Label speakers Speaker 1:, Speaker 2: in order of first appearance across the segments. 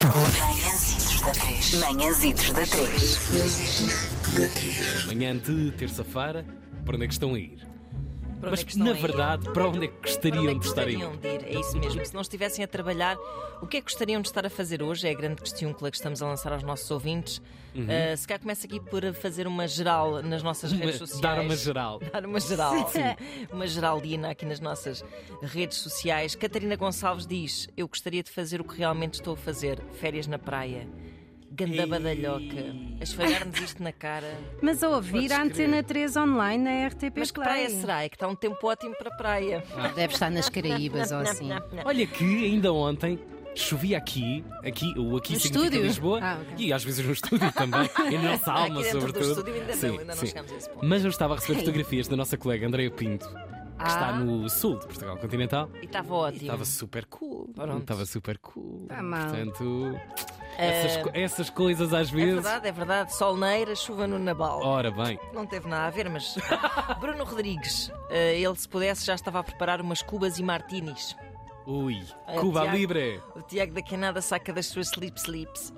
Speaker 1: Manhãzitos da 3. Manhãzitos da 3.
Speaker 2: Manhã de terça-feira, para onde é que estão a ir?
Speaker 3: Para onde
Speaker 2: Mas,
Speaker 3: é que estão
Speaker 2: na
Speaker 3: a ir?
Speaker 2: verdade, para onde é que
Speaker 3: Para
Speaker 2: gostariam
Speaker 3: onde é que
Speaker 2: de estar a ir?
Speaker 3: gostariam de ir? É isso mesmo. Se não estivessem a trabalhar, o que é que gostariam de estar a fazer hoje? É a grande questão que estamos a lançar aos nossos ouvintes. Ah, se calhar começa aqui por fazer uma geral nas nossas
Speaker 2: Uhum. Uma-
Speaker 3: redes sociais.
Speaker 2: dar uma geral.
Speaker 3: Dar uma geral. uma geraldina aqui nas nossas redes sociais. Catarina Gonçalves diz: Eu gostaria de fazer o que realmente estou a fazer: férias na praia. Ganda
Speaker 2: Ei.
Speaker 3: badalhoca. A esfalhar-nos isto na cara.
Speaker 4: Mas a ouvir a Antena 3 online na RTP
Speaker 3: Mas que
Speaker 4: Play.
Speaker 3: praia será? É que está um tempo ótimo para praia.
Speaker 2: Ah.
Speaker 5: Ah, Deve estar nas Caraíbas ou assim.
Speaker 2: Olha que ainda ontem chovia aqui, aqui, o aqui
Speaker 5: No
Speaker 2: significa
Speaker 5: estúdio?
Speaker 2: Lisboa,
Speaker 5: Ah, ok.
Speaker 2: e às vezes no estúdio também, e na nossa alma
Speaker 3: Aqui dentro do
Speaker 2: sobretudo.
Speaker 3: estúdio ainda não, ainda não chegamos a esse ponto.
Speaker 2: Mas eu estava a receber fotografias da nossa colega Andreia Pinto, que está
Speaker 3: Ah.
Speaker 2: no sul de Portugal Continental.
Speaker 3: E estava ótimo.
Speaker 2: Estava super cool.
Speaker 3: Pronto.
Speaker 2: Estava super cool.
Speaker 4: Tá mal.
Speaker 2: Portanto, essas, co- essas coisas às
Speaker 3: Eh, É
Speaker 2: vezes.
Speaker 3: verdade, é verdade. Solneira, chuva no Nabal.
Speaker 2: Ora bem,
Speaker 3: Não teve nada a ver, mas. Bruno Rodrigues, eh, ele se pudesse já estava a preparar umas cubas e martinis.
Speaker 2: ui,
Speaker 3: Eh,
Speaker 2: Cuba
Speaker 3: Tiago-
Speaker 2: Libre!
Speaker 3: O Tiago da Canada saca das suas sleep sleeps.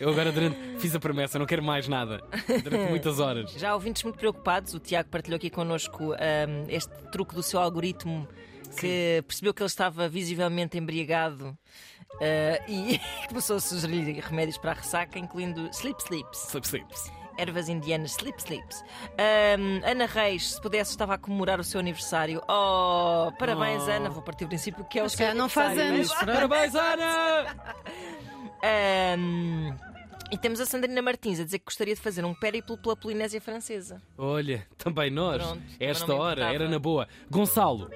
Speaker 2: Eu agora durante, fiz a promessa, não quero mais nada. Durante muitas horas.
Speaker 3: Já há ouvintes muito preocupados, o Tiago partilhou aqui connosco ahm, este truque do seu algoritmo que percebeu que ele estava visivelmente embriagado ah, e começou a sugerir remédios para a ressaca, incluindo sleep sleeps.
Speaker 2: Slip, slips.
Speaker 3: Ervas indianas, slip slips. Ahm, Ana Reis, se pudesse, estava a comemorar o seu aniversário. Oh, parabéns,
Speaker 2: Oh.
Speaker 3: Ana. Vou partir do princípio que é o
Speaker 5: Mas
Speaker 3: seu
Speaker 5: cá não faz
Speaker 3: aniversário.
Speaker 5: anos.
Speaker 2: Parabéns, Ana!
Speaker 3: Ahm, e temos a Sandrina Martins a dizer que gostaria de fazer um périplo pela Polinésia Francesa.
Speaker 2: Olha, também nós,
Speaker 3: Pronto,
Speaker 2: esta
Speaker 3: também não me
Speaker 2: hora,
Speaker 3: importava.
Speaker 2: era na boa. Gonçalo,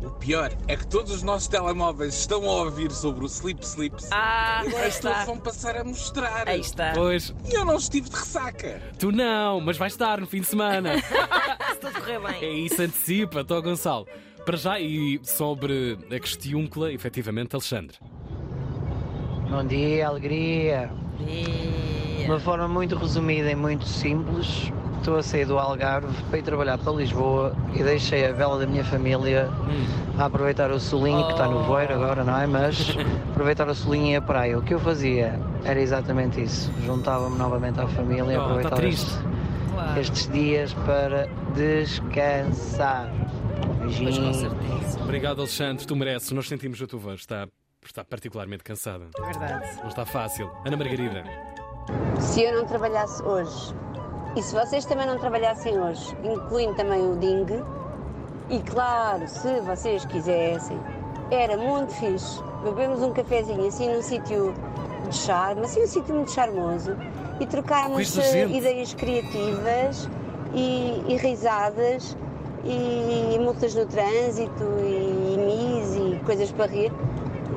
Speaker 6: O pior é que todos os nossos telemóveis estão a ouvir sobre o Sleep Sleeps
Speaker 3: Ah,
Speaker 6: e
Speaker 3: lá
Speaker 6: depois
Speaker 3: está. É
Speaker 6: todos vão passar a mostrar.
Speaker 3: Aí está.
Speaker 2: pois,
Speaker 6: E eu não estive de ressaca.
Speaker 2: tu não, mas vais estar no fim de semana.
Speaker 3: Se tudo correr bem.
Speaker 2: É isso, antecipa-te, ó Gonçalo. Para já, e sobre a questiúncula, efetivamente, Alexandre.
Speaker 7: Bom dia, alegria. De uma forma muito resumida e muito simples, estou a sair do Algarve para ir trabalhar para Lisboa e deixei a vela da minha família a aproveitar o solinho, que está no voeiro agora, não é? Mas aproveitar o solinho e a praia. O que eu fazia era exatamente isso. Juntava-me novamente à família e
Speaker 2: Oh, tá
Speaker 7: aproveitava
Speaker 2: triste.
Speaker 3: Claro.
Speaker 7: estes dias para descansar.
Speaker 3: Pois, com
Speaker 7: Beijinhos.
Speaker 3: certeza.
Speaker 2: Obrigado, Alexandre, tu mereces, nós sentimos a tua voz, está, está particularmente cansada.
Speaker 5: Verdade.
Speaker 2: Não está fácil. Ana Margarida.
Speaker 8: Se eu não trabalhasse hoje, e se vocês também não trabalhassem hoje, incluindo também o Ding, e claro, se vocês quisessem, era muito fixe bebermos um cafezinho assim num sítio de charme, assim um sítio muito charmoso, e trocarmos
Speaker 2: Coisa
Speaker 8: eh,
Speaker 2: gente.
Speaker 8: ideias criativas e, e risadas e, multas no trânsito e mis e coisas para rir.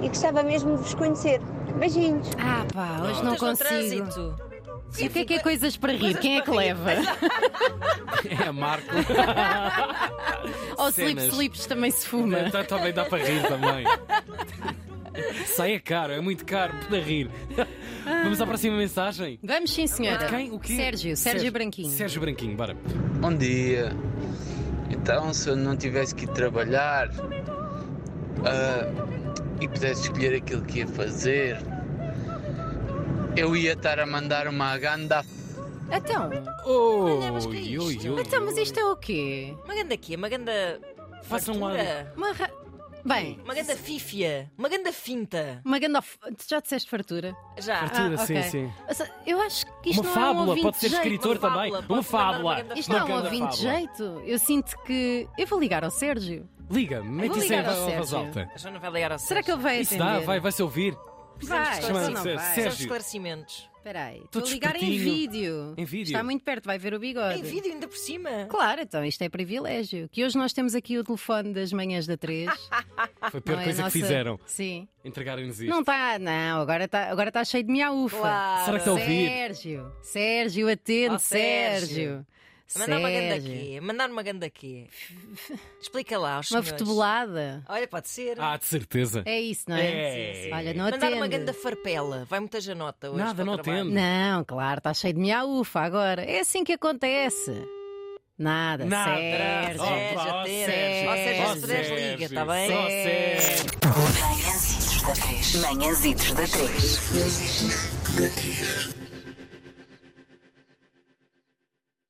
Speaker 8: E gostava mesmo de vos conhecer. Beijinhos!
Speaker 5: Ah pá, hoje não
Speaker 3: Multas no
Speaker 5: consigo.
Speaker 3: trânsito.
Speaker 5: E o que é que é coisas para rir? Quem é que leva?
Speaker 2: É a Marco.
Speaker 5: Ou slip
Speaker 2: Cenas.
Speaker 5: slips também se fuma.
Speaker 2: Tá- Também dá para rir também. Sai é caro, é muito caro para rir. Vamos à próxima mensagem.
Speaker 5: Vamos sim, senhora.
Speaker 2: Quem? O quê?
Speaker 5: Sérgio, Sérgio, Branquinho.
Speaker 2: Sérgio Branquinho, bora.
Speaker 9: Bom dia. Então, se eu não tivesse que ir trabalhar ah, e pudesse escolher aquilo que ia fazer, eu ia estar a mandar uma ganda
Speaker 5: Então,
Speaker 2: Oh,
Speaker 3: Olha, mas que é
Speaker 2: ui,
Speaker 3: isto?
Speaker 2: ui, ui.
Speaker 5: então, mas isto é o quê?
Speaker 3: Uma ganda aqui, uma ganda.
Speaker 2: Façam
Speaker 3: fartura,
Speaker 5: Uma ra... Bem,
Speaker 3: Uma ganda fífia. Uma ganda finta.
Speaker 5: uma ganda... of- Já disseste fartura?
Speaker 3: Já.
Speaker 5: Ah,
Speaker 2: Fartura, sim,
Speaker 5: ok.
Speaker 2: sim.
Speaker 5: Mas, Eu acho que isto
Speaker 2: uma
Speaker 5: não é um
Speaker 2: fábula,
Speaker 5: ouvinte
Speaker 2: pode ser
Speaker 5: de jeito.
Speaker 2: escritor
Speaker 3: uma fábula,
Speaker 2: também.
Speaker 3: pode
Speaker 2: Uma
Speaker 3: ser mandar
Speaker 2: fábula.
Speaker 3: uma grande
Speaker 5: Isto não é um
Speaker 2: grande
Speaker 5: ouvinte de
Speaker 2: fábula.
Speaker 5: jeito. Eu sinto que... Eu vou ligar ao Sérgio.
Speaker 2: Liga, mete
Speaker 5: Vou
Speaker 2: isso em
Speaker 5: ligar ao
Speaker 2: vo- voz
Speaker 5: Sérgio.
Speaker 2: alta.
Speaker 3: Já não vai ligar ao
Speaker 5: Será que ele vai
Speaker 2: Isso
Speaker 5: atender?
Speaker 2: dá, vai, vai-se ouvir.
Speaker 5: Vai,
Speaker 2: Chama-se
Speaker 5: ou não
Speaker 2: Sérgio.
Speaker 5: vai?
Speaker 2: Sérgio.
Speaker 3: São esclarecimentos.
Speaker 5: Espera aí.
Speaker 2: Todo
Speaker 5: Estou a ligar em
Speaker 2: espertinho.
Speaker 5: vídeo.
Speaker 2: Em vídeo.
Speaker 5: Está muito perto, vai ver o bigode.
Speaker 3: Tem vídeo ainda por cima.
Speaker 5: Claro, então isto é privilégio. Que hoje nós temos aqui o telefone das manhãs da 3.
Speaker 2: Foi a pior
Speaker 5: não é?
Speaker 2: coisa
Speaker 5: Nossa-
Speaker 2: que fizeram.
Speaker 5: Sim.
Speaker 2: Entregarem-nos isto.
Speaker 5: Não está, não, agora está agora tá cheio de miaufa.
Speaker 3: Claro.
Speaker 2: Será é que tá está a ouvir?
Speaker 5: Sérgio, Sérgio, atende,
Speaker 3: Oh, Sérgio.
Speaker 5: Sérgio.
Speaker 3: Mandar uma ganda
Speaker 5: Sérgio.
Speaker 3: quê? Mandar uma ganda quê? Explica lá aos
Speaker 5: Uma
Speaker 3: senhores.
Speaker 5: futebolada.
Speaker 3: Olha, pode ser.
Speaker 2: Ah, de certeza.
Speaker 5: É isso, não é?
Speaker 2: É.
Speaker 5: Sim, sim. Olha, não
Speaker 3: Mandar
Speaker 5: atende.
Speaker 3: uma ganda farpela. Vai muita janota hoje.
Speaker 2: Nada,
Speaker 3: para o
Speaker 2: não
Speaker 3: trabalho.
Speaker 2: atende.
Speaker 5: Não, claro, está cheio de miaufa agora. É assim que acontece. Nada,
Speaker 2: Nada.
Speaker 5: Sérgio.
Speaker 2: Opa,
Speaker 3: Sérgio,
Speaker 2: ó
Speaker 3: atende.
Speaker 2: Sérgio.
Speaker 3: Ó, Sérgio,
Speaker 2: Ó,
Speaker 3: se puderes, liga, tá bem?
Speaker 2: Ó, Sérgio.
Speaker 1: Manhãzitos da da 3. Manhãzitos da 3.